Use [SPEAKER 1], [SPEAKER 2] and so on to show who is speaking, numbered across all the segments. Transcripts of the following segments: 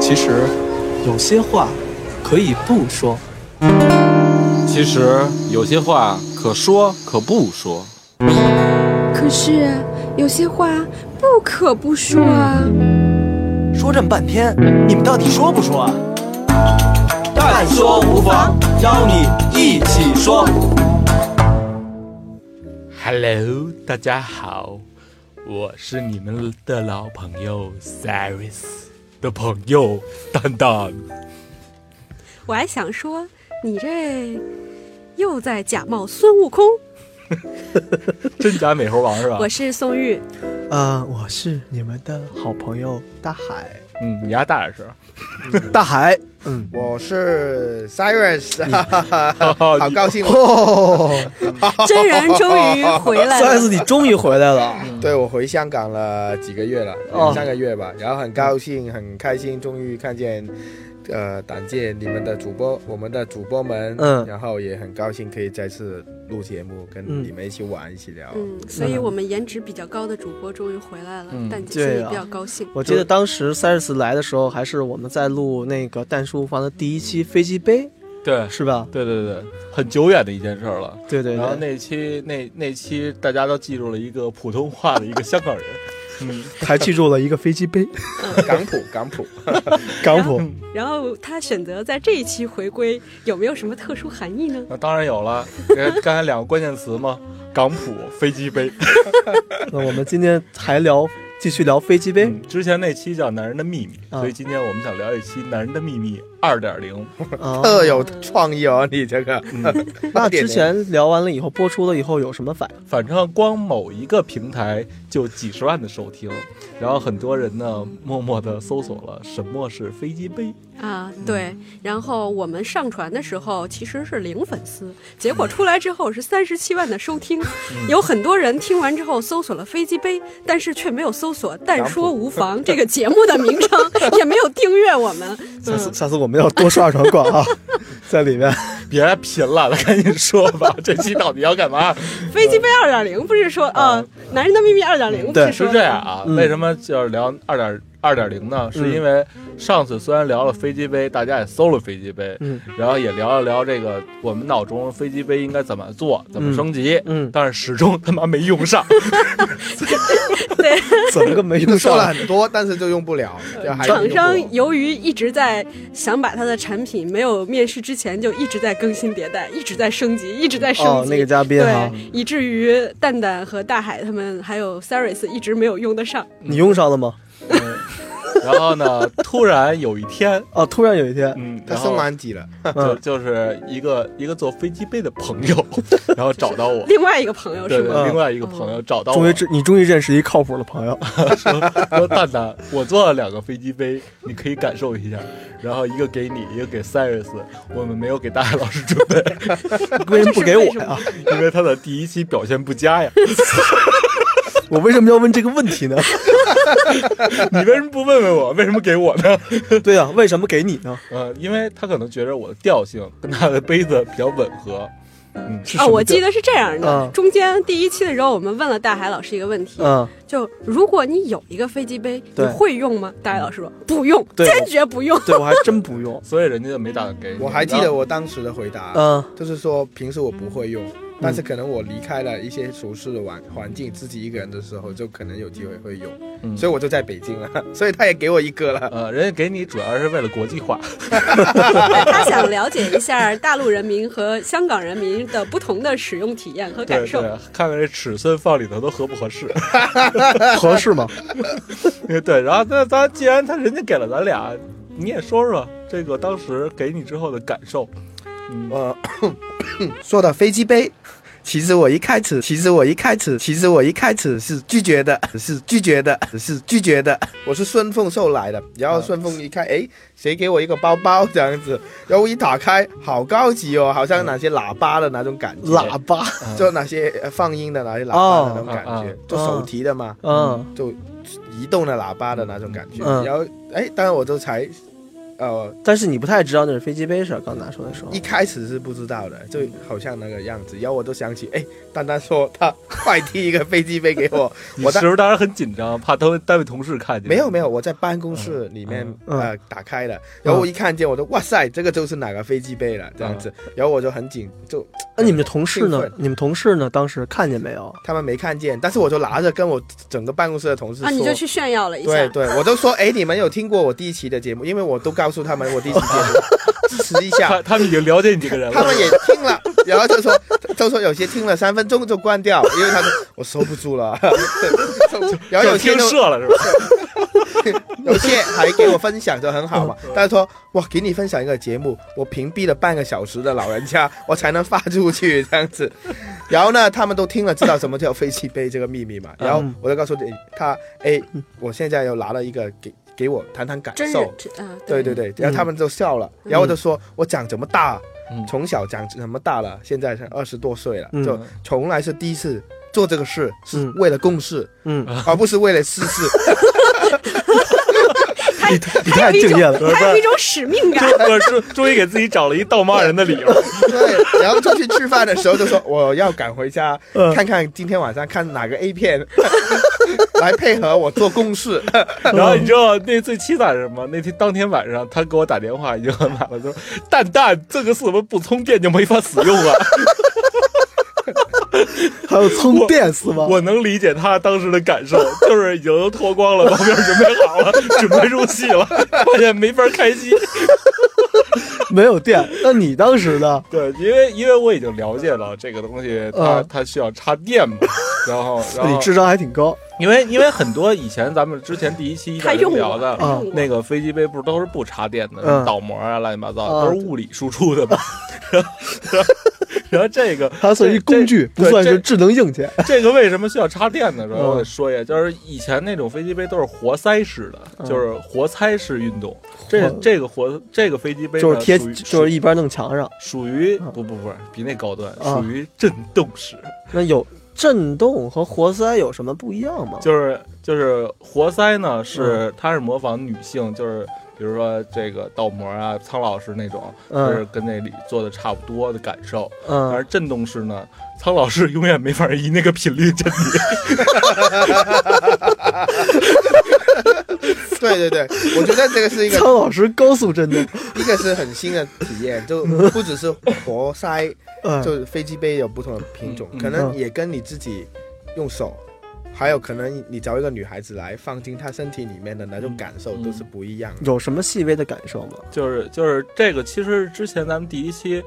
[SPEAKER 1] 其实有些话可以不说。
[SPEAKER 2] 其实有些话可说可不说。
[SPEAKER 3] 可是
[SPEAKER 4] 啊
[SPEAKER 3] 有些话不可不说啊。
[SPEAKER 5] 说这么半天，你们到底说不说啊？
[SPEAKER 6] 但说无妨，邀你一起说。
[SPEAKER 7] Hello，大家好，我是你们的老朋友 Saris 的朋友蛋蛋。
[SPEAKER 4] 我还想说，你这又在假冒孙悟空。
[SPEAKER 7] 真假美猴王是吧？
[SPEAKER 4] 我是宋玉，
[SPEAKER 5] 呃，我是你们的好朋友大海，
[SPEAKER 7] 嗯，你丫大点声。
[SPEAKER 5] 大海，嗯，
[SPEAKER 8] 我是 Cyrus，哈哈哈
[SPEAKER 7] 哦
[SPEAKER 8] 好高兴，
[SPEAKER 5] 哦，
[SPEAKER 4] 真人终于回 来
[SPEAKER 5] 三
[SPEAKER 4] 了。
[SPEAKER 5] S 你终于回来了，
[SPEAKER 6] 嗯
[SPEAKER 8] 对我回香港了几个月了，
[SPEAKER 5] 哦
[SPEAKER 8] 三个月吧，然后很高兴，很开心，终于看见。呃，感谢你们的主播，我们的主播们，
[SPEAKER 5] 嗯
[SPEAKER 8] 然后也很高兴可以再次录节目，跟
[SPEAKER 5] 嗯
[SPEAKER 8] 你们一起玩，一起聊。
[SPEAKER 4] 嗯，所以我们颜值比较高的主播终于回来了，
[SPEAKER 7] 嗯
[SPEAKER 4] 但心
[SPEAKER 5] 对
[SPEAKER 4] 里
[SPEAKER 5] 啊
[SPEAKER 4] 比较高兴。
[SPEAKER 5] 我记得当时 Cyrus 来的时候，还是我们在录那个蛋书房的第一期飞机杯，
[SPEAKER 7] 对，
[SPEAKER 5] 是吧？
[SPEAKER 7] 对对对，很久远的一件事儿了。
[SPEAKER 5] 对对
[SPEAKER 7] 然后
[SPEAKER 5] 对，
[SPEAKER 7] 那期那那期大家都记住了一个普通话的一个香港人，嗯，
[SPEAKER 5] 还记住了一个飞 机杯，
[SPEAKER 8] 港 普，港普，
[SPEAKER 5] 港普，
[SPEAKER 4] 然后他选择在这一期回归，有没有什么特殊含义呢？
[SPEAKER 7] 那当然有了。呃刚才两个关键词嘛，港普飞机杯。
[SPEAKER 5] 那我们今天还聊，继续聊飞机杯，
[SPEAKER 7] 嗯，之前那期叫《男人的秘密》，
[SPEAKER 5] 啊
[SPEAKER 7] 所以今天我们想聊一期《男人的秘密》二点零。
[SPEAKER 6] 嗯
[SPEAKER 5] 啊，
[SPEAKER 8] 特 有创意哦，你这个。
[SPEAKER 5] 那之前聊完了以后，播出了以后有什么反应？
[SPEAKER 7] 反正光某一个平台就几十万的收听，然后很多人呢默默的搜索了什么是飞机杯。
[SPEAKER 4] 啊，对。然后我们上传的时候其实是零粉丝，结果出来之后是三十七万的收听，有很多人听完之后搜索了飞机杯，但是却没有搜索“但说无妨”这个节目的名称，也没有订阅我们。
[SPEAKER 5] 下次下次我们要多刷刷广啊， 在里面。
[SPEAKER 7] 别贫了，赶紧说吧， 这期到底要 干嘛？
[SPEAKER 4] 嗯飞机杯二点零不是说呃，男人的秘密二点零不
[SPEAKER 5] 对
[SPEAKER 4] 是
[SPEAKER 7] 是
[SPEAKER 4] 说
[SPEAKER 7] 这样啊？
[SPEAKER 5] 嗯
[SPEAKER 7] 为什么就是聊二点二点零呢？是因为上次虽然聊了飞机杯，大家也搜了飞机杯，
[SPEAKER 5] 嗯
[SPEAKER 7] 然后也聊了聊这个我们脑中飞机杯应该怎么做、怎么升级，
[SPEAKER 5] 嗯，
[SPEAKER 7] 但是始终他妈没 用上。
[SPEAKER 5] 怎么个没用
[SPEAKER 8] 就说
[SPEAKER 5] 上
[SPEAKER 8] 了
[SPEAKER 5] 来？
[SPEAKER 8] 很多，但是就用不了。就还是
[SPEAKER 4] 厂商
[SPEAKER 8] 用不了
[SPEAKER 4] 由于一直在想把他的产品没有面世之前就一直在更新迭代，一直在升级，一直在升级。
[SPEAKER 5] 哦，那个嘉宾哈，
[SPEAKER 4] 对，以至于蛋蛋和大海他们还有 Saris 一直没有用得上。
[SPEAKER 5] 你用上了吗？
[SPEAKER 7] 嗯然后呢，突然有一天，
[SPEAKER 5] 哦，突然有一天，
[SPEAKER 7] 嗯，
[SPEAKER 8] 他
[SPEAKER 7] 然后
[SPEAKER 8] 升完级了，
[SPEAKER 7] 就
[SPEAKER 5] 嗯，
[SPEAKER 7] 就是一个一个做飞机杯的朋友，然后找到我。
[SPEAKER 4] 另外一个朋友
[SPEAKER 7] 对
[SPEAKER 4] 是
[SPEAKER 7] 对，呃
[SPEAKER 4] 吗？
[SPEAKER 5] 嗯
[SPEAKER 7] 另外一个朋友找到
[SPEAKER 5] 终
[SPEAKER 7] 我
[SPEAKER 5] 于，知你终于认识一靠谱的 朋友。
[SPEAKER 7] 说蛋蛋，我做了两个飞机杯，你可以感受一下。然后一个给你，一个给 Cyrus，我们没有给大海老师准备，
[SPEAKER 5] 为什么不给我呀？
[SPEAKER 7] 因为他的第一期表现不佳呀。
[SPEAKER 5] 我为什么要问这个问 题呢？
[SPEAKER 7] 你为什么不问问我，为什么给我呢？
[SPEAKER 5] 对啊，为什么给你呢？
[SPEAKER 7] 呃，因为他可能觉得我的调性跟他的杯子比较吻合。嗯，
[SPEAKER 5] 是
[SPEAKER 4] 啊，我记
[SPEAKER 5] 得，
[SPEAKER 4] 得是这样的。
[SPEAKER 5] 嗯
[SPEAKER 4] 中间第一期的时候，我们问了大海老师一个问题，
[SPEAKER 5] 嗯，
[SPEAKER 4] 就如果你有一个飞机杯，你
[SPEAKER 5] 对
[SPEAKER 4] 会用吗？大海老师说不用，
[SPEAKER 5] 对
[SPEAKER 4] 坚决 不用。
[SPEAKER 5] 对我还真不 用。
[SPEAKER 7] 所以人家就没打算给你。
[SPEAKER 8] 我还记
[SPEAKER 7] 然
[SPEAKER 8] 得
[SPEAKER 7] 后
[SPEAKER 8] 我当时的回答，
[SPEAKER 5] 嗯，
[SPEAKER 8] 就是说平时我不会用，但是可能我离开了一些熟悉的环环境，自己一个人的时候，就可能有机会会用，
[SPEAKER 7] 嗯
[SPEAKER 8] 所以我就在北京了， 所以他也给我一个了。
[SPEAKER 7] 呃，人家给你主要是为了国际化。
[SPEAKER 4] 他想了解一下大陆人民和香港人民的不同的使用体验和
[SPEAKER 7] 对
[SPEAKER 4] 感
[SPEAKER 7] 对
[SPEAKER 4] 受。，
[SPEAKER 7] 看看这尺寸放里头都合不合适。
[SPEAKER 5] 嗯合适 吗？
[SPEAKER 7] 对，然后那咱既然他人家给了咱俩，你也说说这个当时给你之后的感受。嗯，
[SPEAKER 8] 呃，说到飞机杯。其实我一开始，其实我一开始，其实我一开始是拒绝的，是拒绝的，是拒绝的。嗯我是顺丰送来的，然后顺丰一看，诶，谁给我一个包包这样子？然后我一打开，好高级哦，好像哪些喇叭的那种感觉。
[SPEAKER 5] 喇叭，
[SPEAKER 8] 就那些呃放音的那些喇叭的那种感
[SPEAKER 7] 哦
[SPEAKER 8] 觉
[SPEAKER 7] 嗯，
[SPEAKER 8] 就手提的嘛，
[SPEAKER 5] 嗯
[SPEAKER 8] 就移动的喇叭的那种感觉。
[SPEAKER 5] 嗯
[SPEAKER 8] 然后哎，当然我就才
[SPEAKER 4] 哦
[SPEAKER 8] 呃，
[SPEAKER 5] 但是你不太知道那是飞机杯是吧刚拿出来的时候
[SPEAKER 8] 一，开始是不知道的，就好像那个样子。然后我就想起，哎，丹丹说他快递一个飞机杯给 我，
[SPEAKER 7] 你
[SPEAKER 8] 我
[SPEAKER 7] 是
[SPEAKER 8] 当
[SPEAKER 7] 不是当时很紧张，怕单位单位同事看见？
[SPEAKER 8] 没有没有，我在办公室里面、
[SPEAKER 5] 嗯
[SPEAKER 8] 呃打开了，然后我一看见，我说哇塞，这个就是哪个飞机杯了这样子，
[SPEAKER 4] 嗯
[SPEAKER 8] 然后我就很紧，就
[SPEAKER 5] 那哎你们的同事呢
[SPEAKER 8] 兴奋？
[SPEAKER 5] 你们同事呢？当时看见没有？
[SPEAKER 8] 他们没看见，但是我就拿着跟我整个办公室的同事说，
[SPEAKER 4] 啊，你就去炫耀了一
[SPEAKER 8] 对
[SPEAKER 4] 下。
[SPEAKER 8] 对，我都说哎，你们有听过我第一期的节目，因为我都告诉他们我第一期节 目，支持一下
[SPEAKER 7] 他，他们已经了解你这个人
[SPEAKER 8] 他
[SPEAKER 7] 了。
[SPEAKER 8] 们也听了，然后就说就说有些听了三分钟就关掉，因为他们我收不住了， 然后有
[SPEAKER 7] 就
[SPEAKER 8] 些
[SPEAKER 7] 听
[SPEAKER 8] 就
[SPEAKER 7] 射了是吧？
[SPEAKER 8] 有些还给我分享就很好嘛，但是说哇，给你分享一个节目，我屏蔽了半个小时的老人家，我才能发出去这样子。然后呢，他们都听了，知道什么叫飞机杯这个秘密嘛。然后我就告诉你，他哎，我现在又拿了一个给给我谈谈感
[SPEAKER 4] 真是
[SPEAKER 8] 受。
[SPEAKER 4] 这啊，
[SPEAKER 8] 对对
[SPEAKER 5] 嗯
[SPEAKER 8] 对，然后他们就笑了，然后我就说我长这么大啊
[SPEAKER 7] 嗯，
[SPEAKER 8] 从小长这么大了，现在是二十多岁了，
[SPEAKER 5] 嗯
[SPEAKER 8] 就从来是第一次做这个事，是
[SPEAKER 5] 嗯
[SPEAKER 8] 为了共事，
[SPEAKER 5] 嗯，
[SPEAKER 8] 而不是为了私 事。
[SPEAKER 5] 你 你太敬业 了。
[SPEAKER 4] 还有一种使命感。
[SPEAKER 7] 我终终于给自己找了一道骂人的理 由。
[SPEAKER 8] 对，然后出去吃饭的时候就说我要赶回家
[SPEAKER 5] 嗯，
[SPEAKER 8] 看看今天晚上看哪个 A 片， 来配合我做 公事。
[SPEAKER 7] 然后你知道那最凄惨是什么？那天当天晚上，他给我打电话已经很晚了，他说：“蛋蛋，这个是我们不充电就没法使用啊。
[SPEAKER 5] 还有充电是”吗？
[SPEAKER 7] 我能理解他当时的感 受，就是已经脱光了，旁边准备好 了，准备入戏了，发现没法开机。
[SPEAKER 5] 没有电。那你当时呢？
[SPEAKER 7] 对，因为因为我已经了解了这个东西，它
[SPEAKER 5] 嗯
[SPEAKER 7] 它需要插电嘛。然 后然
[SPEAKER 5] 你
[SPEAKER 7] 后，
[SPEAKER 5] 智商还挺高。
[SPEAKER 7] 因为因为很多以前咱们之前第一期
[SPEAKER 4] 他用
[SPEAKER 7] 聊
[SPEAKER 4] 我，
[SPEAKER 7] 的，
[SPEAKER 4] 他用我
[SPEAKER 7] 那个飞机杯不是都是不插电的，
[SPEAKER 5] 嗯
[SPEAKER 7] 倒模啊，乱七八糟
[SPEAKER 5] 啊
[SPEAKER 7] 的，都是物理输出的嘛。 然后，然后然后这个
[SPEAKER 5] 它算一
[SPEAKER 7] 这
[SPEAKER 5] 工具，
[SPEAKER 7] 这
[SPEAKER 5] 不算是
[SPEAKER 7] 对
[SPEAKER 5] 智能硬件。
[SPEAKER 7] 这这个为什么需要插电呢？然后
[SPEAKER 5] 嗯
[SPEAKER 7] 我得说一下，就是以前那种飞机杯都是活塞式的，就是活塞式运动。这
[SPEAKER 5] 嗯活
[SPEAKER 7] 这个活这个飞机杯呢
[SPEAKER 5] 就是贴，
[SPEAKER 7] 属于
[SPEAKER 5] 就是一边弄墙上。
[SPEAKER 7] 属于
[SPEAKER 5] 嗯
[SPEAKER 7] 不不不是比那高端，
[SPEAKER 5] 啊
[SPEAKER 7] 属于震动式，
[SPEAKER 5] 那有震动和活塞有什么不一样吗？
[SPEAKER 7] 就是就是活塞
[SPEAKER 5] 嗯
[SPEAKER 7] 呢是它是模仿女性，就是比如说这个倒模啊、苍老师那种，就是
[SPEAKER 5] 嗯
[SPEAKER 7] 跟那里做的差不多的感受。但
[SPEAKER 5] 嗯
[SPEAKER 7] 是震动式呢，苍老师永远没法以那个频率震你。
[SPEAKER 8] 对对对，我觉得这个是一个
[SPEAKER 5] 苍老师高速震动，
[SPEAKER 8] 一个是很新的体验，就不只是活塞，
[SPEAKER 5] 嗯，
[SPEAKER 8] 就是飞机杯有不同的品种
[SPEAKER 7] 嗯，
[SPEAKER 8] 可能也跟你自己用手。还有可能你找一个女孩子来放进她身体里面的那种感
[SPEAKER 5] 嗯
[SPEAKER 8] 受都是不一样的。
[SPEAKER 5] 有什么细微的感受吗？
[SPEAKER 7] 就是就是这个，其实之前咱们第一期，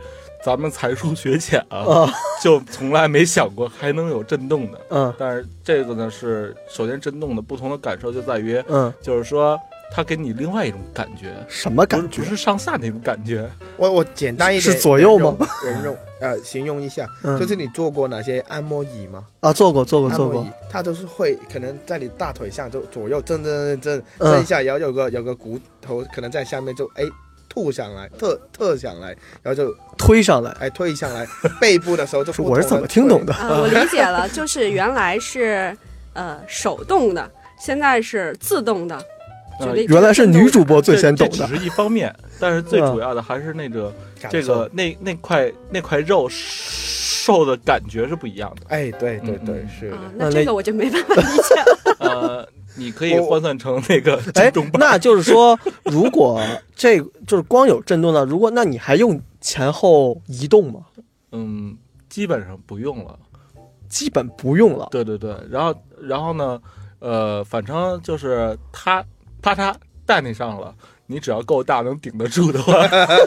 [SPEAKER 7] 咱们才疏学浅啊，
[SPEAKER 5] 啊
[SPEAKER 7] 就从来没想过还能有震动的。
[SPEAKER 5] 嗯
[SPEAKER 7] 但是这个呢，是首先震动的不同的感受就在于，
[SPEAKER 5] 嗯，
[SPEAKER 7] 就是说它给你另外一种感觉，
[SPEAKER 5] 什么
[SPEAKER 7] 不是
[SPEAKER 5] 感觉
[SPEAKER 7] 不？是上下那种感觉。
[SPEAKER 8] 我我简单一点
[SPEAKER 5] 是左右吗
[SPEAKER 8] 形容？人用呃形容一下，
[SPEAKER 5] 嗯
[SPEAKER 8] 就是你坐过哪些按摩椅吗？
[SPEAKER 5] 啊，坐过坐过
[SPEAKER 8] 按
[SPEAKER 5] 坐
[SPEAKER 8] 摩
[SPEAKER 5] 过
[SPEAKER 8] 椅，，它都是会可能在你大腿上就左右震震震震
[SPEAKER 5] 嗯
[SPEAKER 8] 震一下，然后有个有个骨头可能在下面就哎吐上来，特特上来，然后就
[SPEAKER 5] 推上来。
[SPEAKER 8] 哎推上来， 背部的时候就
[SPEAKER 5] 说我是怎么听懂的？
[SPEAKER 8] 的？
[SPEAKER 4] 啊，我理解了，就是原来是呃手动的，现在是自动的。嗯举
[SPEAKER 7] 呃
[SPEAKER 4] 例
[SPEAKER 5] 原来是女主播最先懂
[SPEAKER 7] 这
[SPEAKER 5] 的嗯
[SPEAKER 7] 只是一方面，但是最主要的还是那个
[SPEAKER 8] 感
[SPEAKER 7] 这
[SPEAKER 8] 受
[SPEAKER 7] 个那那块那块肉受的感觉是不一 样的。
[SPEAKER 8] 哎对对
[SPEAKER 7] 嗯
[SPEAKER 8] 对
[SPEAKER 7] 嗯
[SPEAKER 8] 是的
[SPEAKER 4] 啊，
[SPEAKER 5] 那
[SPEAKER 4] 那这
[SPEAKER 5] 那
[SPEAKER 4] 个我就没办法理解了。
[SPEAKER 7] 呃，你可以换算成那个
[SPEAKER 5] 哎
[SPEAKER 7] 震动，棒。
[SPEAKER 5] 那就是说，如果这就是光有震动的，如果那你还用前后移动吗？
[SPEAKER 7] 嗯，基本上不用了。
[SPEAKER 5] 基本不用了。
[SPEAKER 7] 对对对，
[SPEAKER 8] 嗯
[SPEAKER 7] 然后然后呢，呃，反正就是它啪嚓带你上了。你只要够大，能顶得住的话，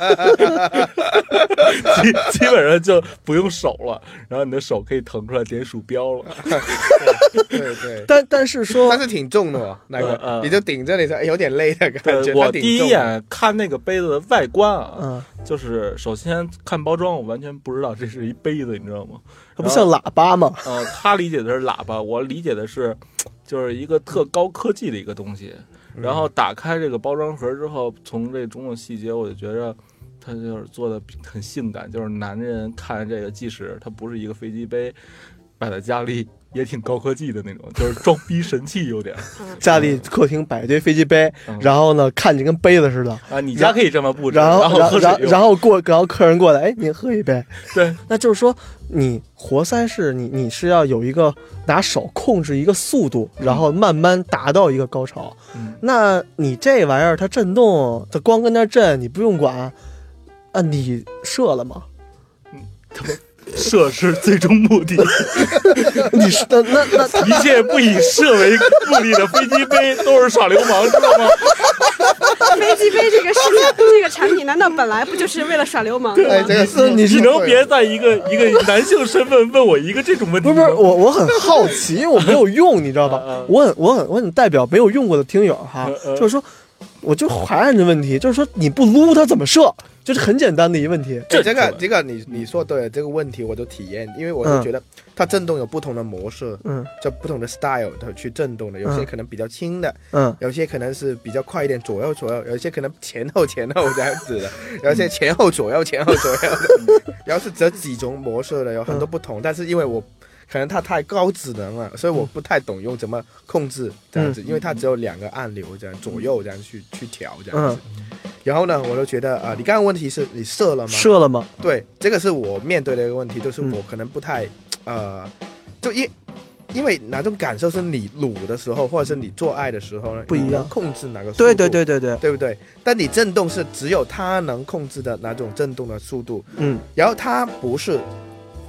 [SPEAKER 7] 基基本上就不用手了，然后你的手可以腾出来点鼠标了。
[SPEAKER 8] 啊对对。
[SPEAKER 5] 但但是说
[SPEAKER 8] 它，是挺重 的哦，那
[SPEAKER 7] 嗯
[SPEAKER 8] 个
[SPEAKER 7] 嗯
[SPEAKER 8] 你就顶着你说哎有点累的感觉。
[SPEAKER 7] 对，我
[SPEAKER 8] 它挺
[SPEAKER 7] 第一
[SPEAKER 8] 重的
[SPEAKER 7] 眼看那个杯子的外观啊，
[SPEAKER 5] 嗯，
[SPEAKER 7] 就是首先看包装，我完全不知道这是一杯子，你知道吗？
[SPEAKER 5] 它不像喇叭吗？
[SPEAKER 7] 呃，他理解的是喇叭，我理解的是，就是一个特高科技的一个东西。
[SPEAKER 5] 嗯
[SPEAKER 7] 然后打开这个包装盒之后，从这种种细节，我就觉着它就是做的很性感，就是男人看这个，即使它不是一个飞机杯，摆在家里也挺高科技的那种，就是装逼神器有点儿
[SPEAKER 5] 家里客厅摆一堆飞机杯
[SPEAKER 7] 嗯，
[SPEAKER 5] 然后呢看着跟杯子似的，
[SPEAKER 7] 啊。你家可以这么布置，
[SPEAKER 5] 然
[SPEAKER 7] 然
[SPEAKER 5] 后然后
[SPEAKER 7] 喝水
[SPEAKER 5] 然后
[SPEAKER 7] 用
[SPEAKER 5] 然后过然后客人过来，哎，您喝一杯。
[SPEAKER 7] 对，
[SPEAKER 5] 那就是说你活塞是你你是要有一个拿手控制一个速度，然后慢慢达到一个高潮。
[SPEAKER 7] 嗯
[SPEAKER 5] 那你这玩意儿它震动，它光跟那儿震，你不用管。啊，你射了吗？
[SPEAKER 7] 射是最终目 的，
[SPEAKER 5] 你是那那那
[SPEAKER 7] 一切不以射为目的的飞机杯都是耍流氓，知道吗？
[SPEAKER 4] 飞机杯这个事情，这个产品难道本来不就是为了耍流氓的
[SPEAKER 8] 哎，
[SPEAKER 4] 吗？
[SPEAKER 8] 这个是
[SPEAKER 7] 你能别在一个一个男性身份问我一个这种问题
[SPEAKER 5] 啊不
[SPEAKER 7] 吗？
[SPEAKER 5] 是不是，我我很好奇，因为我没有用，你知道吧
[SPEAKER 7] 嗯嗯？
[SPEAKER 5] 我很我很我很代表没有用过的听友哈
[SPEAKER 7] 嗯，嗯
[SPEAKER 5] 就是说，我就还按这问题，就是说你不撸它怎么射？就是很简单的一个问题。
[SPEAKER 8] 哎这个这个你你说对了，这个问题我都体验，因为我
[SPEAKER 5] 嗯
[SPEAKER 8] 就觉得它震动有不同的模式，
[SPEAKER 5] 嗯
[SPEAKER 8] 就不同的 style 它去震动的，有些
[SPEAKER 5] 嗯
[SPEAKER 8] 可能比较轻的，
[SPEAKER 5] 嗯，
[SPEAKER 8] 有些可能是比较快一点，左右左右，有些可能前后前后这样子的，有些前后左右前后左右 的，然后是这几种模式的，有很多不同。但是因为我可能它太高智能了，所以我不太懂用怎么控制这样子，因为它只有两个按钮这样左右这样去去调这
[SPEAKER 5] 嗯
[SPEAKER 8] 样子。然后呢，我就觉得啊、呃你刚刚问题是你射了吗？
[SPEAKER 5] 射了吗？
[SPEAKER 8] 对，这个是我面对的一个问题，就是
[SPEAKER 5] 嗯
[SPEAKER 8] 我可能不太，呃，就因因为哪种感受是你卤的时候，或者是你做爱的时候呢，
[SPEAKER 5] 不一样
[SPEAKER 8] 你能控制哪个速度？
[SPEAKER 5] 对对，对对对，
[SPEAKER 8] 对不对？但你震动是只有它能控制的哪种震动的速度，
[SPEAKER 5] 嗯
[SPEAKER 8] 然后它不是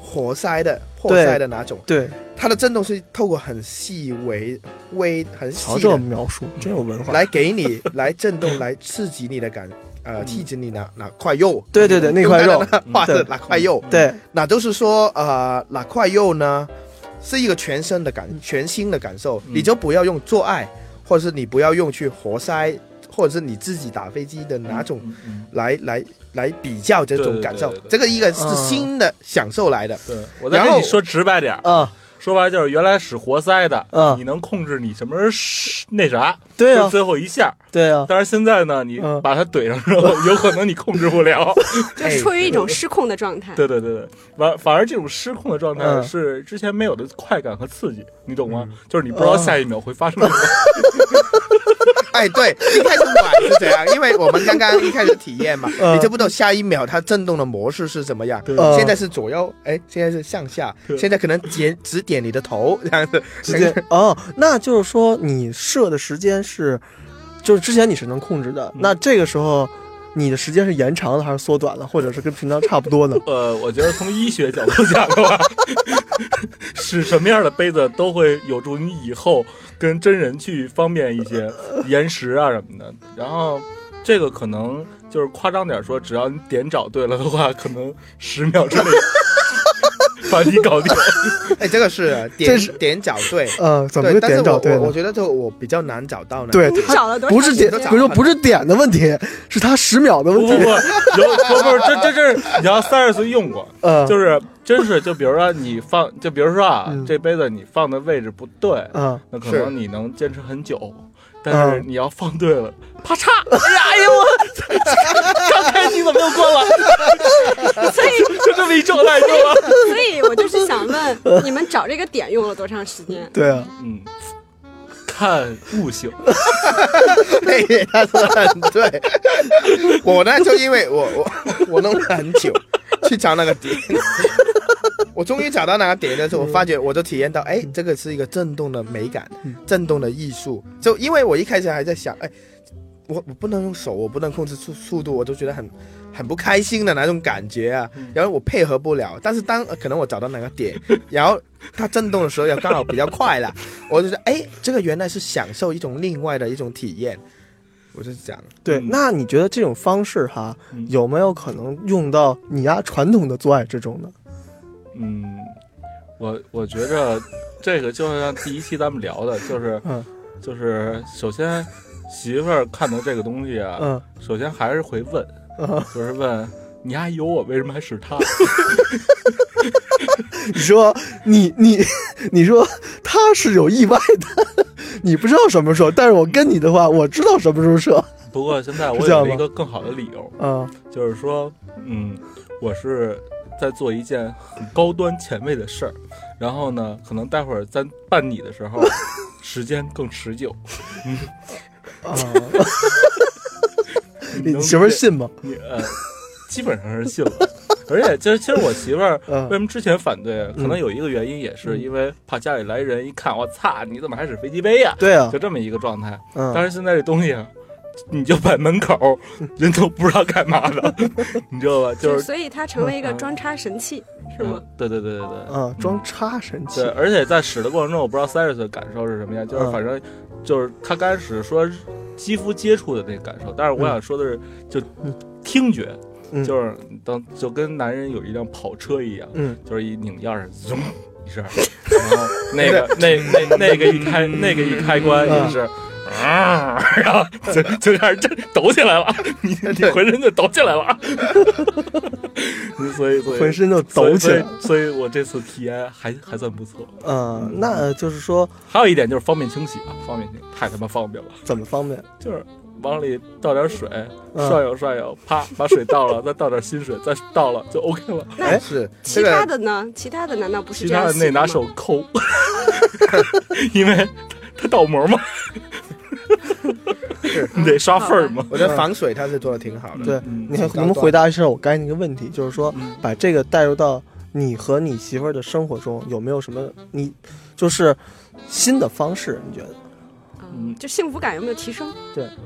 [SPEAKER 8] 活塞的破塞的哪种，
[SPEAKER 5] 对，
[SPEAKER 8] 它的震动是透过很细微、微很
[SPEAKER 5] 瞧
[SPEAKER 8] 细
[SPEAKER 5] 这
[SPEAKER 8] 的
[SPEAKER 5] 描述，真有文化。
[SPEAKER 8] 来给你 来震动，来刺激你的感。呃，刺激你哪哪块肉？
[SPEAKER 5] 嗯对对对那块肉嗯
[SPEAKER 8] 画的
[SPEAKER 5] 对
[SPEAKER 8] 哪块肉？
[SPEAKER 5] 对，
[SPEAKER 8] 那就是说，呃，哪块肉呢？是一个全身的
[SPEAKER 7] 嗯
[SPEAKER 8] 感，全新的感受，你就不要用做爱，或者是你不要用去活塞，或者是你自己打飞机的哪种
[SPEAKER 7] 嗯嗯
[SPEAKER 8] 来、来来比较这种感受。
[SPEAKER 7] 对对啊对对
[SPEAKER 8] 这个一个是
[SPEAKER 5] 嗯
[SPEAKER 8] 新的享受来的，
[SPEAKER 7] 对，我再
[SPEAKER 8] 然
[SPEAKER 7] 跟
[SPEAKER 8] 后
[SPEAKER 7] 你说直白点儿，
[SPEAKER 5] 啊，
[SPEAKER 7] 说白了就是原来使活塞的，
[SPEAKER 5] 嗯
[SPEAKER 7] 你能控制你什么时候使那啥，
[SPEAKER 5] 对
[SPEAKER 7] 就
[SPEAKER 5] 啊，
[SPEAKER 7] 最后一下。
[SPEAKER 5] 对啊，
[SPEAKER 7] 但是现在呢，你
[SPEAKER 5] 嗯
[SPEAKER 7] 把它怼上之后，有可能你控制 不了。
[SPEAKER 4] 就是处于一种失控的状态。
[SPEAKER 7] 对对对对，反反而这种失控的状态
[SPEAKER 5] 嗯
[SPEAKER 7] 是之前没有的快感和刺激，你懂吗？就是你不知
[SPEAKER 5] 嗯
[SPEAKER 7] 道下一秒会发生什么。
[SPEAKER 8] 哎，对，一开始买是怎样？因为我们刚刚一开始体 验嘛，
[SPEAKER 5] 嗯
[SPEAKER 8] 你就不知道下一秒它震动的模式是怎么样。
[SPEAKER 5] 嗯
[SPEAKER 8] 现在是左右，哎，现在是向下，现在可能点只点你的头 这样子。
[SPEAKER 5] 时间哦，那就是说你射的时间是，就是之前你是能控制的，那这个时候你的时间是延长的还是缩短了，或者是跟平常差不多呢？
[SPEAKER 7] 呃，我觉得从医学角度讲的话，使什么样的杯子都会有助于你以后跟真人去方便一些延时啊什么的。然后这个可能就是夸张点说，只要你点找对了的话，可能十秒之内 把你搞定。
[SPEAKER 8] 哎，这个是点点找对。
[SPEAKER 5] 呃，怎么
[SPEAKER 8] 对，
[SPEAKER 5] 个
[SPEAKER 8] 但是
[SPEAKER 5] 点找
[SPEAKER 8] 我
[SPEAKER 5] 对
[SPEAKER 8] 我我
[SPEAKER 5] 呢？
[SPEAKER 8] 觉得这个我比较难找到呢。
[SPEAKER 5] 对，
[SPEAKER 4] 你
[SPEAKER 5] 他
[SPEAKER 4] 找了多
[SPEAKER 5] 不是
[SPEAKER 4] 长时
[SPEAKER 5] 点，
[SPEAKER 4] 间
[SPEAKER 8] 都？找
[SPEAKER 5] 不是不是点的问题，是他十秒的问
[SPEAKER 7] 不不不，
[SPEAKER 5] 题。
[SPEAKER 7] 有不不是，这这这是你要三十岁用过，
[SPEAKER 5] 呃，
[SPEAKER 7] 就是是真是就比如说你放，就比如说啊，
[SPEAKER 5] 嗯
[SPEAKER 7] 这杯子你放的位置不对，
[SPEAKER 5] 啊，
[SPEAKER 7] 那可
[SPEAKER 8] 是
[SPEAKER 7] 能你能坚持很久，但是
[SPEAKER 5] 嗯
[SPEAKER 7] 你要放对了，啪嚓！哎呀，哎呀，我刚开哎机怎么又关了？
[SPEAKER 4] 所以，
[SPEAKER 7] 就这么一状态，你知道吗？
[SPEAKER 4] 所以我就是想问，你们找这个点用了多长时间？
[SPEAKER 5] 对啊，
[SPEAKER 7] 嗯，看悟性，
[SPEAKER 8] 对，他说的很对。我呢，就因为我我我弄了很久去找那个点，我终于找到那个点的时候，我发觉我就体验到，哎，这个是一个震动的美感，震动的艺术。就因为我一开始还在想，哎，我我不能用手，我不能控制速速度，我都觉得很很不开心的那种感觉啊。然后我配合不了，但是当呃可能我找到那个点，然后它震动的时候也刚好比较快了，我就觉得，哎，这个原来是享受一种另外的一种体验。我就是这样，
[SPEAKER 5] 对。
[SPEAKER 7] 嗯
[SPEAKER 5] 那你觉得这种方式哈
[SPEAKER 7] 嗯，
[SPEAKER 5] 有没有可能用到你家传统的做爱之中呢？
[SPEAKER 7] 嗯，我我觉着这个就像第一期咱们聊的，就是
[SPEAKER 5] 嗯
[SPEAKER 7] 就是首先媳妇儿看到这个东西啊，
[SPEAKER 5] 嗯
[SPEAKER 7] 首先还是会问，
[SPEAKER 5] 啊，
[SPEAKER 7] 就是问你还有我，为什么还使他？
[SPEAKER 5] 你说你你 你说他是有意外的， 你不知道什么时候，但是我跟你的话，我知道什么时候射。
[SPEAKER 7] 不过现在
[SPEAKER 5] 是
[SPEAKER 7] 我
[SPEAKER 5] 这样
[SPEAKER 7] 有了
[SPEAKER 5] 吗
[SPEAKER 7] 一个更好的理由，
[SPEAKER 5] 啊
[SPEAKER 7] 就是嗯说，嗯，我是在做一件很高端前卫的事儿，然后呢，可能待会儿咱办你的时 候，时间更持久。
[SPEAKER 5] 啊，
[SPEAKER 7] 你
[SPEAKER 5] 你
[SPEAKER 7] 能
[SPEAKER 5] 媳妇儿
[SPEAKER 7] 接
[SPEAKER 5] 信吗？
[SPEAKER 7] 你呃，基本上是信了。 而且其实其实我媳妇儿
[SPEAKER 5] 嗯
[SPEAKER 7] 为什么之前反对，可能有一个原因也是因为怕家里来人一看，我操，你怎么还使飞机杯呀？
[SPEAKER 5] 对啊
[SPEAKER 7] 就，这么一个状态。但
[SPEAKER 5] 嗯，
[SPEAKER 7] 是现在这东西啊，你就摆门 口，人都不知道干嘛的，你知道吧？就
[SPEAKER 4] 就是
[SPEAKER 7] 是嗯
[SPEAKER 4] 所以它成为一个装叉神器，是吗？
[SPEAKER 7] 对对对对对，
[SPEAKER 5] 啊，装叉神器
[SPEAKER 7] 对，，而且在使的过程中，我不知道三十岁的感受是什么样，就是
[SPEAKER 5] 嗯
[SPEAKER 7] 反正就是他刚开始说肌肤接触的那个感受，但是我想说的是，就
[SPEAKER 5] 嗯
[SPEAKER 7] 听觉，
[SPEAKER 5] 嗯
[SPEAKER 7] 就是当就跟男人有一辆跑车一样，
[SPEAKER 5] 嗯，
[SPEAKER 7] 就是一拧钥匙，嗡 一声，然后那个那那那个一开那个一开关
[SPEAKER 5] 嗯
[SPEAKER 7] 也是。啊，然后就就开始这抖起来了，你你
[SPEAKER 8] 对
[SPEAKER 7] 浑身就抖起来 了，所以所以
[SPEAKER 5] 浑身就抖起来。
[SPEAKER 7] 所以所以，所以我这次体验还还算不错。
[SPEAKER 5] 嗯，那就是说
[SPEAKER 7] 还有一点就是方便清洗啊，方便清洗太他妈方便了，
[SPEAKER 5] 怎么方便？
[SPEAKER 7] 就是往里倒点水，
[SPEAKER 5] 嗯
[SPEAKER 7] 涮悠涮悠，啪把水倒了，再倒点新水，再倒了就 OK 了。
[SPEAKER 8] 哎，是
[SPEAKER 4] 其
[SPEAKER 8] 这
[SPEAKER 4] 他
[SPEAKER 8] 个
[SPEAKER 4] 的呢？其他的难道不是
[SPEAKER 7] 其
[SPEAKER 4] 这
[SPEAKER 7] 他
[SPEAKER 4] 样
[SPEAKER 7] 的
[SPEAKER 4] 洗
[SPEAKER 7] 那
[SPEAKER 4] 的吗
[SPEAKER 7] 拿手抠，因为它它倒模嘛，你得刷缝儿嘛。
[SPEAKER 8] 我觉得防水它是做的挺好的。
[SPEAKER 5] 对，
[SPEAKER 7] 嗯
[SPEAKER 5] 你看能不能回答一下我刚才那个问题？就是说，把这个带入到你和你媳妇儿的生活中，有没有什么你就是新的方式？你觉得？
[SPEAKER 4] 嗯就幸福感有没有提升？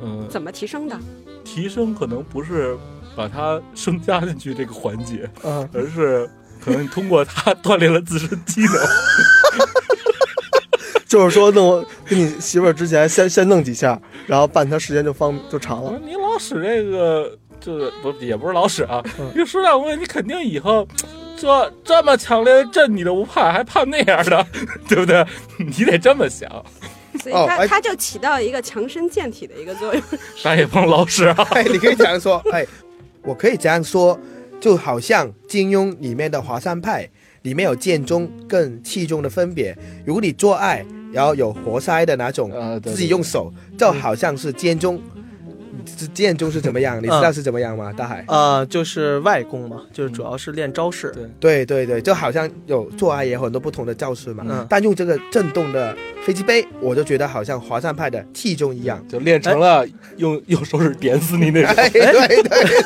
[SPEAKER 7] 嗯，
[SPEAKER 4] 怎么提升的？
[SPEAKER 7] 提升可能不是把它升加进去这个环节，
[SPEAKER 5] 嗯，
[SPEAKER 7] 而是可能你通过它锻炼了自身技能。
[SPEAKER 5] 就是说弄我跟你媳妇儿之前先先弄几下，然后办她时间就方就长
[SPEAKER 7] 我说
[SPEAKER 5] 了。
[SPEAKER 7] 你老使这个，就是不也不是老使啊
[SPEAKER 5] 嗯。
[SPEAKER 7] 就说两位，你肯定以后这这么强烈的震你都不怕，还怕那样的， 对不对？你得这么想，
[SPEAKER 4] 所以
[SPEAKER 8] 哦
[SPEAKER 4] 它
[SPEAKER 8] 哎
[SPEAKER 4] 它就起到一个强身健体的一个作用。
[SPEAKER 7] 咱也不能老使啊。
[SPEAKER 8] 哎，你可以这样说，哎，我可以这样说，就好像金庸里面的华山派里面有剑宗跟气宗的分别。如果你做爱，然后有活塞的那种，
[SPEAKER 7] 啊对
[SPEAKER 8] 自己用手，就好像是剑宗。是剑宗是怎么样？你知道是怎么样吗？大海？
[SPEAKER 5] 啊，就是外功嘛，就是主要是练招式。
[SPEAKER 7] 对
[SPEAKER 8] 嗯对对对，就好像有做爱也有很多不同的招式嘛。
[SPEAKER 5] 嗯
[SPEAKER 8] 但用这个震动的飞机杯，我就觉得好像华山派的气宗一样。
[SPEAKER 7] 就练成了哎用用手指点死你那种。
[SPEAKER 8] 哎，对对，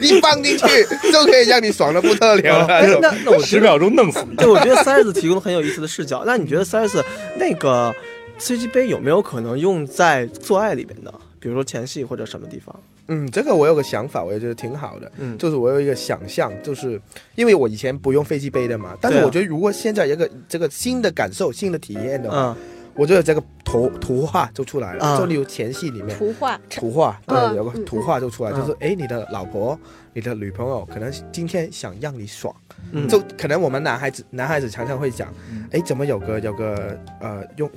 [SPEAKER 8] 一放进去就可以让你爽的不得 了
[SPEAKER 5] 哎，
[SPEAKER 8] 了。
[SPEAKER 5] 那那我
[SPEAKER 7] 十
[SPEAKER 5] 觉得，
[SPEAKER 7] 秒钟弄死你！
[SPEAKER 5] 对，我觉得三十提供了很有意思的视角。那你觉得三十那个 C G 杯有没有可能用在做爱里边的？比如说前戏或者什么地方？
[SPEAKER 8] 嗯，这个我有个想法，我也觉得挺好的。
[SPEAKER 5] 嗯
[SPEAKER 8] 就是我有一个想象，就是因为我以前不用飞机杯的嘛，但是
[SPEAKER 5] 对啊
[SPEAKER 8] 我觉得如果现在有一个这个新的感受、新的体验的话，
[SPEAKER 5] 嗯
[SPEAKER 8] 我觉得这个图图画就出来
[SPEAKER 5] 啊
[SPEAKER 8] 了，就例如前戏里面。
[SPEAKER 4] 图画
[SPEAKER 8] 图画对，
[SPEAKER 4] 嗯
[SPEAKER 8] 有个图画就出来，
[SPEAKER 5] 嗯
[SPEAKER 8] 就是哎，你的老婆、你的女朋友可能今天想让你爽，
[SPEAKER 5] 嗯，
[SPEAKER 8] 就可能我们男孩子男孩子常常会讲，哎，怎么有个有个呃用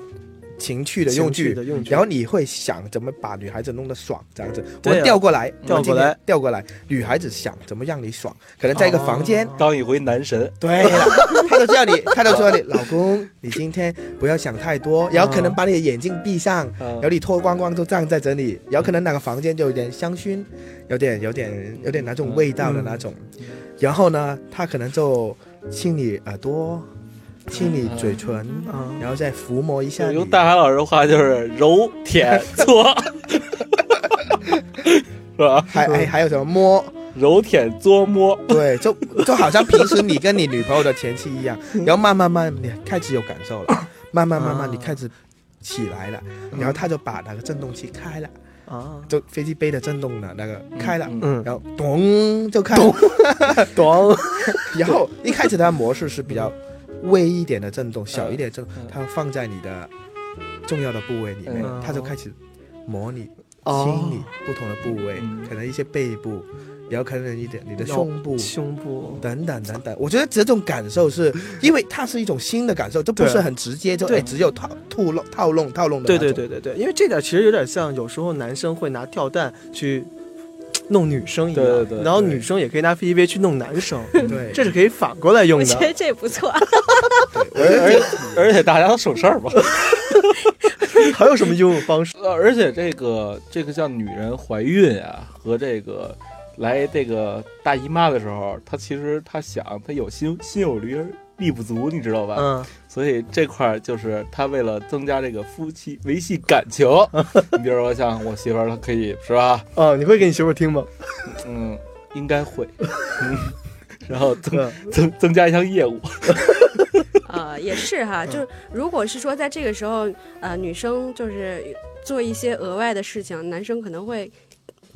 [SPEAKER 8] 情趣的用具
[SPEAKER 5] 情趣的用具
[SPEAKER 8] 然后你会想怎么把女孩子弄得爽这样子，我
[SPEAKER 5] 对啊
[SPEAKER 8] 们调过来，
[SPEAKER 5] 调
[SPEAKER 8] 我们今
[SPEAKER 5] 过
[SPEAKER 8] 天
[SPEAKER 5] 来，
[SPEAKER 8] 调过来，女孩子想怎么让你爽，可能在一
[SPEAKER 5] 哦
[SPEAKER 8] 个房间。
[SPEAKER 5] 嗯
[SPEAKER 7] 当一回男神，
[SPEAKER 8] 对了， 她就叫你，她就说你老公，你今天不要想太
[SPEAKER 5] 哦
[SPEAKER 8] 多，然后可能把你的眼睛闭上，然后你脱光光就站在这里，然后可能哪个房间就有点香薰，有点有点有点那种味道的那种，然后呢，她可能就亲你耳朵，亲你嘴唇，啊
[SPEAKER 5] 嗯
[SPEAKER 8] 然后再抚摸一下你，
[SPEAKER 7] 用大海老师的话就是揉、舔、搓，是吧？
[SPEAKER 8] 还还还有什么摸，
[SPEAKER 7] 揉、舔、搓、摸，
[SPEAKER 8] 对，就就好像平时你跟你女朋友的前妻 一样，然后慢慢慢慢你开始有感受了，慢慢慢
[SPEAKER 5] 啊
[SPEAKER 8] 慢你开始起来了，然后他就把那个震动器开了，
[SPEAKER 5] 啊，
[SPEAKER 8] 就飞机杯的震动的那个开了，
[SPEAKER 5] 嗯，
[SPEAKER 8] 然后咚就开了，
[SPEAKER 5] 懂。
[SPEAKER 8] 然后一开始它的模式是比较微一点的震动，小一点的震动，它放在你的重要的部位里面
[SPEAKER 5] 嗯，
[SPEAKER 8] 它就开始模拟
[SPEAKER 5] 哦嗯
[SPEAKER 8] 亲你不同的部位，可能一些背部，然后可能一点你的胸部。
[SPEAKER 5] 胸部，
[SPEAKER 8] 等等等等，我觉得这种感受是，因为它是一种新的感受，这不
[SPEAKER 5] 对
[SPEAKER 8] 是很直接，就
[SPEAKER 5] 对
[SPEAKER 8] 哎只有套套弄套弄套弄的。
[SPEAKER 5] 对对，对对对，因为这点其实有点像有时候男生会拿跳蛋去弄女生一样，
[SPEAKER 7] 对对对
[SPEAKER 5] 然后女生也可以拿飞机杯去弄男生，
[SPEAKER 8] 对
[SPEAKER 5] 这是可以反过来用
[SPEAKER 4] 我觉得
[SPEAKER 5] 的。
[SPEAKER 4] 这不错，
[SPEAKER 8] 我觉得
[SPEAKER 7] 而且大家都省事儿嘛。
[SPEAKER 5] 还有什么应用方 式？
[SPEAKER 7] 呃，而且这个这个像女人怀孕啊，和这个来这个大姨妈的时候，她其实她想她有心心有余而力不足，你知道吧？
[SPEAKER 5] 嗯，
[SPEAKER 7] 所以这块儿就是他为了增加这个夫妻维系感情，
[SPEAKER 5] 嗯
[SPEAKER 7] 你比如说像我媳妇儿，她可以是吧？
[SPEAKER 5] 哦，你会给你媳妇儿听吗？
[SPEAKER 7] 嗯，应 该会， 嗯，然后增
[SPEAKER 5] 嗯
[SPEAKER 7] 增增加一项业务，
[SPEAKER 4] 呃，也是哈，就是如果是说在这个时候，呃，女生就是做一些额外的事情，男生可能会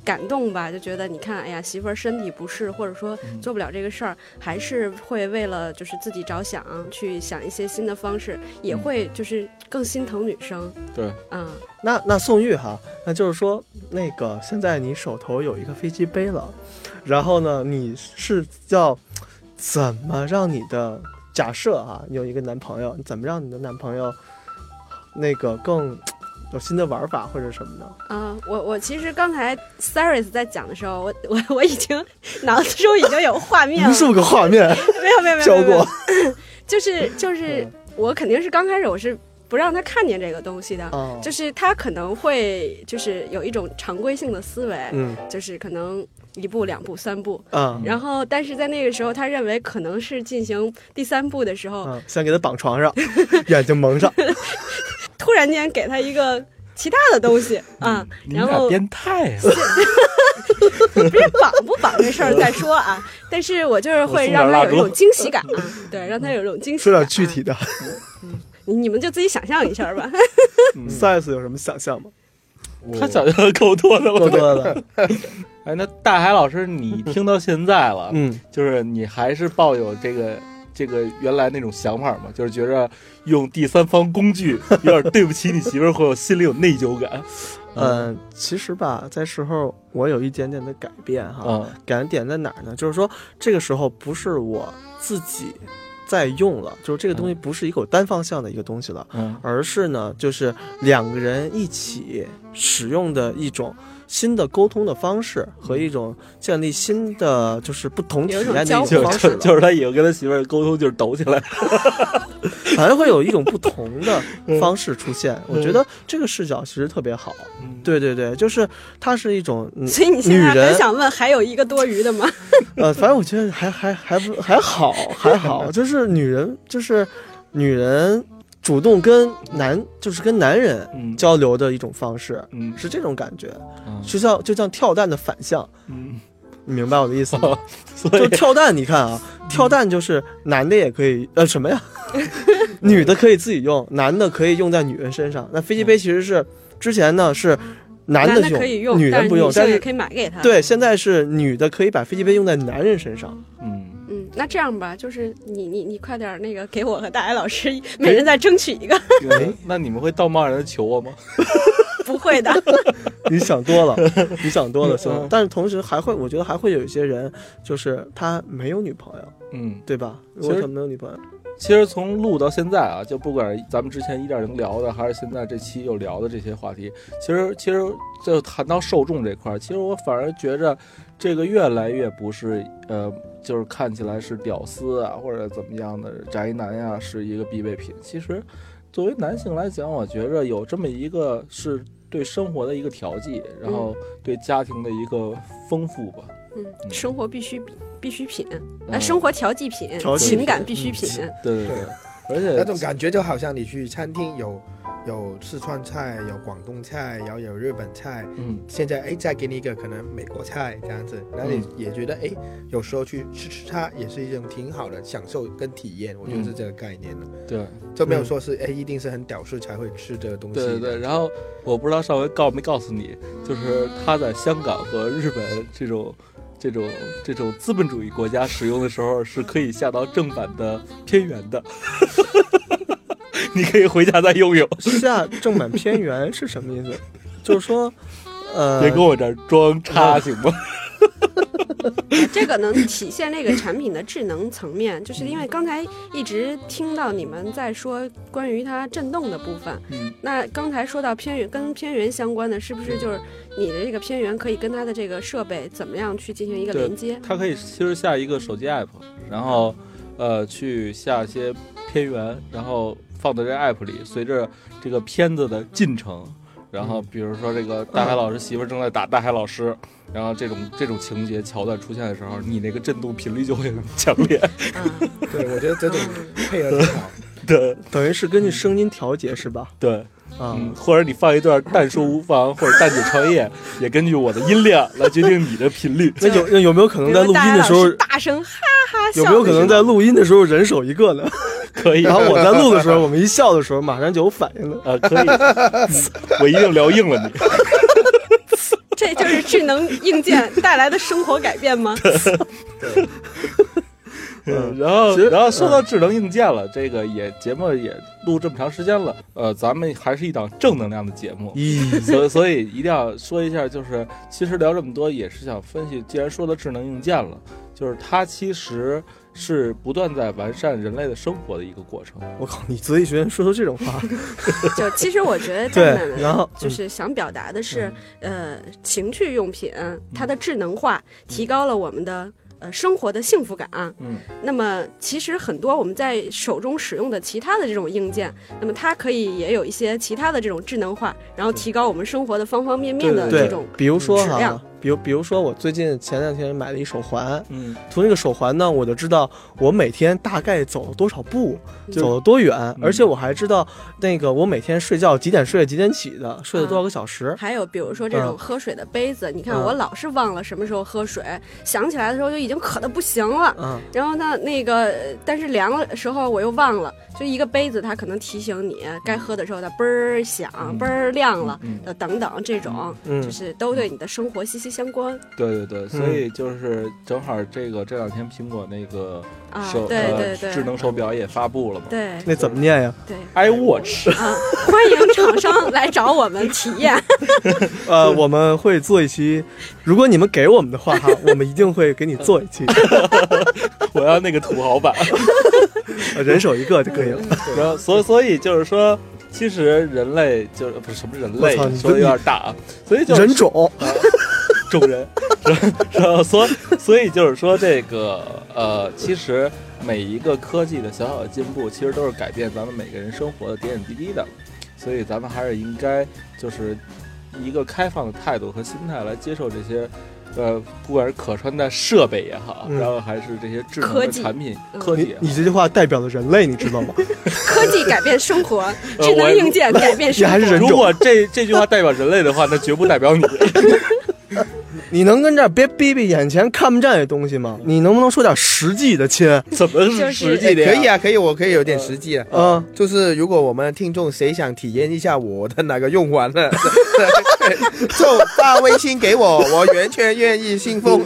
[SPEAKER 4] 感动吧，就觉得你看，哎呀，媳妇儿身体不适，或者说
[SPEAKER 5] 嗯
[SPEAKER 4] 做不了这个事儿，还是会为了就是自己着想，去想一些新的方式，也会就是更心疼女生。
[SPEAKER 7] 对，
[SPEAKER 4] 嗯，
[SPEAKER 5] 那那宋玉哈，那就是说，那个现在你手头有一个飞机杯了，然后呢，你是要怎么让你的假设啊，你有一个男朋友，你怎么让你的男朋友那个更有新的玩法或者什么呢？
[SPEAKER 4] 啊、我我其实刚才 Saris 在讲的时候，我我我已经脑子中已经有画 面
[SPEAKER 5] 无
[SPEAKER 4] 了，
[SPEAKER 5] 数个画面
[SPEAKER 4] 没有没有没有
[SPEAKER 5] 飘
[SPEAKER 4] 没有没有
[SPEAKER 5] 过，
[SPEAKER 4] 就是就是
[SPEAKER 5] 嗯
[SPEAKER 4] 我肯定是刚开始我是不让他看见这个东西的，
[SPEAKER 5] 啊，
[SPEAKER 4] 就是他可能会就是有一种常规性的思维，
[SPEAKER 5] 嗯
[SPEAKER 4] 就是可能一步两步三步，
[SPEAKER 5] 啊
[SPEAKER 4] 然后但是在那个时候他认为可能是进行第三步的时候，
[SPEAKER 5] 啊，先给他绑床上， 眼睛蒙上，
[SPEAKER 4] 突然间给他一个其他的东 西
[SPEAKER 5] 嗯
[SPEAKER 4] 啊，
[SPEAKER 7] 你们
[SPEAKER 4] 然
[SPEAKER 7] 俩
[SPEAKER 4] 后
[SPEAKER 7] 变态呀、
[SPEAKER 4] 不是绑不绑这事儿再说啊，但是我就是会让他有一种惊喜感啊，对，让他有一种惊喜
[SPEAKER 5] 说
[SPEAKER 4] 感啊。
[SPEAKER 5] 点具体的。
[SPEAKER 4] 你，你们就自己想象一下吧。
[SPEAKER 5] 嗯 size 有什么想象吗？
[SPEAKER 7] 他嗯想象的够多的，
[SPEAKER 5] 多
[SPEAKER 7] 我觉得。
[SPEAKER 5] 多的，
[SPEAKER 7] 哎，那大海老师，你听到现在了，
[SPEAKER 5] 嗯，
[SPEAKER 7] 就是你还是抱有这个这个原来那种想法吗？就是觉着用第三方工具 有点对不起你媳妇儿，会有心里有内疚感。
[SPEAKER 5] 嗯，其实吧，在时候我有一点点的改变哈，
[SPEAKER 7] 嗯
[SPEAKER 5] 改变点在哪儿呢？就是说这个时候不是我自己在用了，就是这个东西不是一个我单方向的一个东西了，
[SPEAKER 7] 嗯
[SPEAKER 5] 而是呢，就是两个人一起使用的一种新的沟通的方式和一种建立新的就是不同体
[SPEAKER 4] 有一种
[SPEAKER 5] 验的一
[SPEAKER 4] 交
[SPEAKER 5] 种
[SPEAKER 4] 互
[SPEAKER 7] 就
[SPEAKER 5] 方式
[SPEAKER 7] 是
[SPEAKER 5] 了，
[SPEAKER 7] 就是他以后跟他媳妇儿沟通就是抖起来，
[SPEAKER 5] 反正会有一种不同 的
[SPEAKER 8] 嗯
[SPEAKER 5] 方式出现。
[SPEAKER 4] 嗯
[SPEAKER 5] 我觉得这个视角其实特别好，对对对，就是它是一种嗯。
[SPEAKER 4] 所以你现在
[SPEAKER 5] 女人
[SPEAKER 4] 很想问，还有一个多余的吗？
[SPEAKER 5] 呃，反正我觉得还还还不还好还好，就是女人就是女人主动跟男就是跟男人
[SPEAKER 7] 嗯
[SPEAKER 5] 交流的一种方式，
[SPEAKER 7] 嗯
[SPEAKER 5] 是这种感觉，
[SPEAKER 7] 嗯
[SPEAKER 5] 就像就像跳蛋的反向，
[SPEAKER 7] 嗯，
[SPEAKER 5] 你明白我的意思吗？
[SPEAKER 7] 所
[SPEAKER 5] 就
[SPEAKER 7] 以
[SPEAKER 5] 跳蛋，你看啊，跳蛋就是男的也可以，呃，什么呀？ 女的可以自己用，男的可以用在女人身上。那飞机杯其实是之前呢是男的
[SPEAKER 4] 的可以用，
[SPEAKER 5] 女
[SPEAKER 4] 但
[SPEAKER 5] 人
[SPEAKER 4] 是
[SPEAKER 5] 不用，
[SPEAKER 4] 性
[SPEAKER 5] 但
[SPEAKER 4] 也
[SPEAKER 5] 是
[SPEAKER 4] 可以买给他。，
[SPEAKER 5] 对，现在是女的可以把飞机杯用在男人身上。
[SPEAKER 7] 嗯，
[SPEAKER 4] 嗯，那这样吧，就是你你你快点儿那个给我和大爱老师每人再争取一个，
[SPEAKER 7] 对那你们会道貌岸然的求我吗？
[SPEAKER 4] 不 会的。
[SPEAKER 5] 你想多了，你想多了，兄弟
[SPEAKER 7] 嗯。
[SPEAKER 5] 但是同时还会，我觉得还会有一些人，就是他没有女朋友，
[SPEAKER 7] 嗯，
[SPEAKER 5] 对吧？
[SPEAKER 7] 其实
[SPEAKER 5] 为什么没有女朋友？
[SPEAKER 7] 其实从录到现在啊，就不管咱们之前一点零聊的，还是现在这期又聊的这些话题，其实其实就谈到受众这块儿，其实我反而觉着这个越来越不是呃，就是看起来是屌丝啊或者怎么样的宅男呀、是一个必备品。其实作为男性来讲，我觉着有这么一个是对生活的一个调剂，
[SPEAKER 8] 嗯
[SPEAKER 7] 然后对家庭的一个丰富吧。
[SPEAKER 4] 嗯，生活必需必需品，啊，
[SPEAKER 7] 嗯
[SPEAKER 4] 生活调剂品，
[SPEAKER 5] 调剂品嗯
[SPEAKER 4] 情感必需品。
[SPEAKER 7] 对对对，而且
[SPEAKER 8] 那种感觉就好像你去餐厅有有四川菜，有广东菜，然后有日本菜，
[SPEAKER 7] 嗯。
[SPEAKER 8] 现在哎再给你一个可能美国菜这样子，那你也觉得哎有时候去吃吃它也是一种挺好的享受跟体验，我觉得是这个概念了，
[SPEAKER 7] 对
[SPEAKER 8] 就没有说
[SPEAKER 5] 嗯
[SPEAKER 8] 是哎一定是很屌丝才会吃这个东西。
[SPEAKER 7] 对对对，然后我不知道上回告没告诉你，就是他在香港和日本这种这种这种资本主义国家使用的时候，是可以下到正版的片源的。 你可以回家再用用，
[SPEAKER 5] 下正版偏源是什么意思？ 就是说，呃
[SPEAKER 7] 别，跟我这儿装叉行吗？
[SPEAKER 4] 这个能体现这个产品的智能层面，就是因为刚才一直听到你们在说关于它震动的部分。
[SPEAKER 7] 嗯，
[SPEAKER 4] 那刚才说到偏源跟偏源相关的，是不是就是你的这个偏源可以跟它的这个设备怎么样去进行一个
[SPEAKER 7] 对
[SPEAKER 4] 连接？
[SPEAKER 7] 它可以其实下一个手机 app，然后呃去下一些片源，然后放到这 app 里，随着这个片子的进程，
[SPEAKER 2] 然后比如说这个大海老师媳妇儿正在打大海老师，然后这种这种情节桥段出现的时候，你那个震动频率就会很强烈。
[SPEAKER 4] 嗯
[SPEAKER 8] 对，我觉得这种
[SPEAKER 4] 嗯
[SPEAKER 8] 配合挺 好。
[SPEAKER 7] 对
[SPEAKER 5] 等于是根据声音调节是吧？
[SPEAKER 7] 对，
[SPEAKER 5] 啊、
[SPEAKER 7] 嗯，或者你放一段《但说无妨》或者《淡酒创业》，也根据我的音量来决定你的频率。
[SPEAKER 5] 那有那有没有可能在录音的时候
[SPEAKER 4] 比如大家老师，大声哈哈笑
[SPEAKER 5] 有
[SPEAKER 4] 那
[SPEAKER 5] 没
[SPEAKER 4] 种？
[SPEAKER 5] 有可能在录音的时候人手一个呢？
[SPEAKER 7] 可以
[SPEAKER 5] 然，后我在录的时候，我们一笑的时候，马上就有反应了。
[SPEAKER 7] 呃，可以， 我一定聊硬了你。
[SPEAKER 4] 这就是智能硬件带来的生活改变吗？
[SPEAKER 7] 嗯，然后
[SPEAKER 5] 其实
[SPEAKER 7] 然后说到智能硬件了，这个也节目也录这么长时间了，呃，咱们还是一档正能量的节目。
[SPEAKER 5] 咦，
[SPEAKER 7] 所以所以一定要说一下，就是其实聊这么多也是想分析，既然说到智能硬件了，就是它其实是不断在完善人类的生活的一个过程。
[SPEAKER 5] 我靠，你择一学院说出这种话，
[SPEAKER 4] 就其实我觉得他
[SPEAKER 5] 对
[SPEAKER 4] 们，
[SPEAKER 5] 然后嗯
[SPEAKER 4] 就是想表达的是，呃，情趣用品它的智能化
[SPEAKER 5] 嗯
[SPEAKER 4] 提高了我们的。呃，生活的幸福感、
[SPEAKER 7] 嗯，
[SPEAKER 4] 那么其实很多我们在手中使用的其他的这种硬件，那么它可以也有一些其他的这种智能化，然后提高我们生活的方方面面的
[SPEAKER 7] 对
[SPEAKER 4] 这
[SPEAKER 5] 对
[SPEAKER 4] 种，
[SPEAKER 5] 比如说
[SPEAKER 4] 质
[SPEAKER 5] 哈
[SPEAKER 4] 量，
[SPEAKER 5] 比如比如说我最近前两天买了一手环，
[SPEAKER 7] 嗯，
[SPEAKER 5] 从这个手环呢，我就知道我每天大概走了多少步，
[SPEAKER 4] 嗯
[SPEAKER 5] 走了多远，而且我还知道那个我每天睡觉几点睡，几点起的，睡了多少个小时。
[SPEAKER 4] 还有比如说这种喝水的杯子，你看
[SPEAKER 5] 嗯
[SPEAKER 4] 我老是忘了什么时候喝水，想起来的时候就已经渴得不行了。
[SPEAKER 5] 嗯，
[SPEAKER 4] 然后呢，那个呃但是凉的时候我又忘了，就一个杯子它可能提醒你该喝的时候它嘣儿响，嘣儿亮了，
[SPEAKER 7] 嗯
[SPEAKER 4] 呃等等这种，
[SPEAKER 5] 嗯
[SPEAKER 4] 就是都对你的生活息息相关
[SPEAKER 2] 对对对，所以就是正好这个这两天苹果那个
[SPEAKER 4] 啊。
[SPEAKER 2] 手、
[SPEAKER 4] 对对
[SPEAKER 2] 呃、智
[SPEAKER 4] 对。
[SPEAKER 2] 能手表也发布了嘛
[SPEAKER 4] 对
[SPEAKER 5] 那怎么念呀？
[SPEAKER 4] 对
[SPEAKER 2] ，iWatch
[SPEAKER 4] 啊，欢迎厂商来找我们体验。
[SPEAKER 5] 呃，我们会做一期，如果你们给我们的话哈，我们一定会给你做一期，
[SPEAKER 7] 我要那个土豪版。
[SPEAKER 5] 呃人手一个就可以了。
[SPEAKER 7] 然后，所以所以就是说，其实人类就是不是什么人类
[SPEAKER 5] 我操，你
[SPEAKER 7] 说的有点大啊，所以就是
[SPEAKER 5] 人种，
[SPEAKER 7] 众人，然后所所以就是说这个呃，其实每一个科技的小小的进步，其实都是改变咱们每个人生活的点点滴滴的，所以咱们还是应该就是一个开放的态度和心态来接受这些。呃，不管是可穿戴设备也好，
[SPEAKER 5] 嗯
[SPEAKER 7] 然后还是这些智能
[SPEAKER 4] 科
[SPEAKER 7] 的
[SPEAKER 4] 技
[SPEAKER 7] 产品
[SPEAKER 4] 嗯
[SPEAKER 7] 科技
[SPEAKER 5] 你
[SPEAKER 7] 也好，
[SPEAKER 5] 你这句话代表了人类，你知道吗？
[SPEAKER 4] 科技改变生活，
[SPEAKER 7] 呃
[SPEAKER 4] 智能
[SPEAKER 7] 我
[SPEAKER 4] 硬件改变生
[SPEAKER 5] 也还
[SPEAKER 4] 活。
[SPEAKER 5] 是人
[SPEAKER 7] 如
[SPEAKER 5] 种。
[SPEAKER 7] 果这这句话代表人类的话，那绝不代表你。
[SPEAKER 5] 你能跟这儿别逼逼眼前看不见的东西吗？你能不能说点实际的，亲？
[SPEAKER 7] 怎么
[SPEAKER 4] 就是是
[SPEAKER 7] 实
[SPEAKER 8] 哎
[SPEAKER 7] 际的呀？
[SPEAKER 8] 可以啊，可以，我可以有点实际啊。
[SPEAKER 5] 嗯，
[SPEAKER 8] 就是如果我们听众谁想体验一下我的哪个用完 了，就发微信给我，我完全愿意信奉。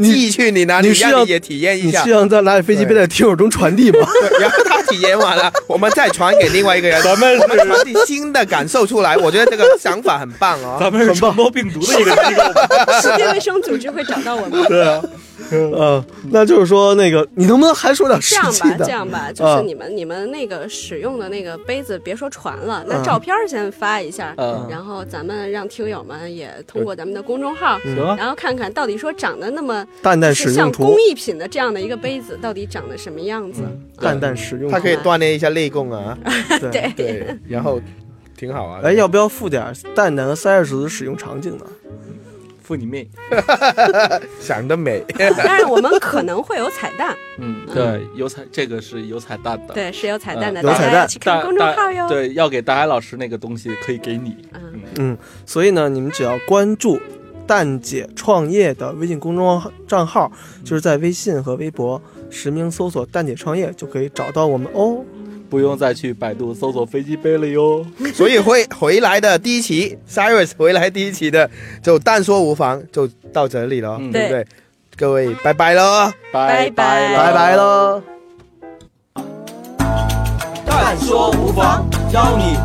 [SPEAKER 5] 你
[SPEAKER 8] 寄去你那里，
[SPEAKER 5] 你是
[SPEAKER 8] 让
[SPEAKER 5] 要
[SPEAKER 8] 你也体验一
[SPEAKER 5] 你
[SPEAKER 8] 下
[SPEAKER 5] 是。想在来飞机杯的听友中传递吗？
[SPEAKER 8] 对然后他体验完了，我们再传给另外一个人，
[SPEAKER 7] 咱们
[SPEAKER 8] 我们传递新的感受出来。我觉得这个想法很棒哦。
[SPEAKER 7] 咱们是传播病毒的一个机构吧，
[SPEAKER 4] 世界卫生组织会找到我们。
[SPEAKER 7] 对啊，
[SPEAKER 5] 嗯，那就是说那个，你能不能还说点实
[SPEAKER 4] 这样
[SPEAKER 5] 际
[SPEAKER 4] 吧，
[SPEAKER 5] 的？
[SPEAKER 4] 这样吧，就是
[SPEAKER 5] 啊
[SPEAKER 4] 你们、你们那个使用的那个杯子，别说传了，
[SPEAKER 5] 嗯
[SPEAKER 4] 那照片儿先发一下，
[SPEAKER 7] 嗯
[SPEAKER 4] 然后咱们让听友们也通过咱们的公众号，
[SPEAKER 5] 嗯
[SPEAKER 7] 行啊，
[SPEAKER 4] 然后看看到底说长得那么
[SPEAKER 5] 蛋蛋
[SPEAKER 4] 是
[SPEAKER 5] 使
[SPEAKER 4] 像
[SPEAKER 5] 用
[SPEAKER 4] 工
[SPEAKER 5] 图，
[SPEAKER 4] 艺品的这样的一个杯子，到底长得什么样子？嗯
[SPEAKER 5] 蛋蛋使用
[SPEAKER 8] 他
[SPEAKER 5] 图。
[SPEAKER 8] 可以锻炼一下内功啊，
[SPEAKER 5] 对。
[SPEAKER 8] 对，然后挺好啊。
[SPEAKER 5] 哎，要不要附点蛋蛋和塞尔斯的使用场景呢？
[SPEAKER 7] 付你命。
[SPEAKER 8] 想得美，
[SPEAKER 4] 但是我们可能会有彩蛋，
[SPEAKER 7] 嗯，对，有彩这个是有彩蛋的，
[SPEAKER 4] 对，是有彩蛋的，
[SPEAKER 7] 嗯
[SPEAKER 5] 有
[SPEAKER 4] 大
[SPEAKER 5] 彩蛋
[SPEAKER 4] 家要去看
[SPEAKER 7] 大
[SPEAKER 4] 公众号哟
[SPEAKER 7] 大。对，要给大海老师那个东西可以给你。
[SPEAKER 4] 嗯，
[SPEAKER 5] 所以呢，你们只要关注“蛋姐创业”的微信公众号账号，就是在微信和微博实名搜索“蛋姐创业”就可以找到我们哦。
[SPEAKER 7] 不用再去百度搜索飞机杯了哟。
[SPEAKER 8] 所以会回来的第一期，Cyrus 回来第一期的就但说无妨，就到这里了，
[SPEAKER 7] 嗯
[SPEAKER 8] 对不对？各位，拜拜喽。
[SPEAKER 4] 拜拜
[SPEAKER 5] 拜拜喽。
[SPEAKER 6] 但说无妨，邀你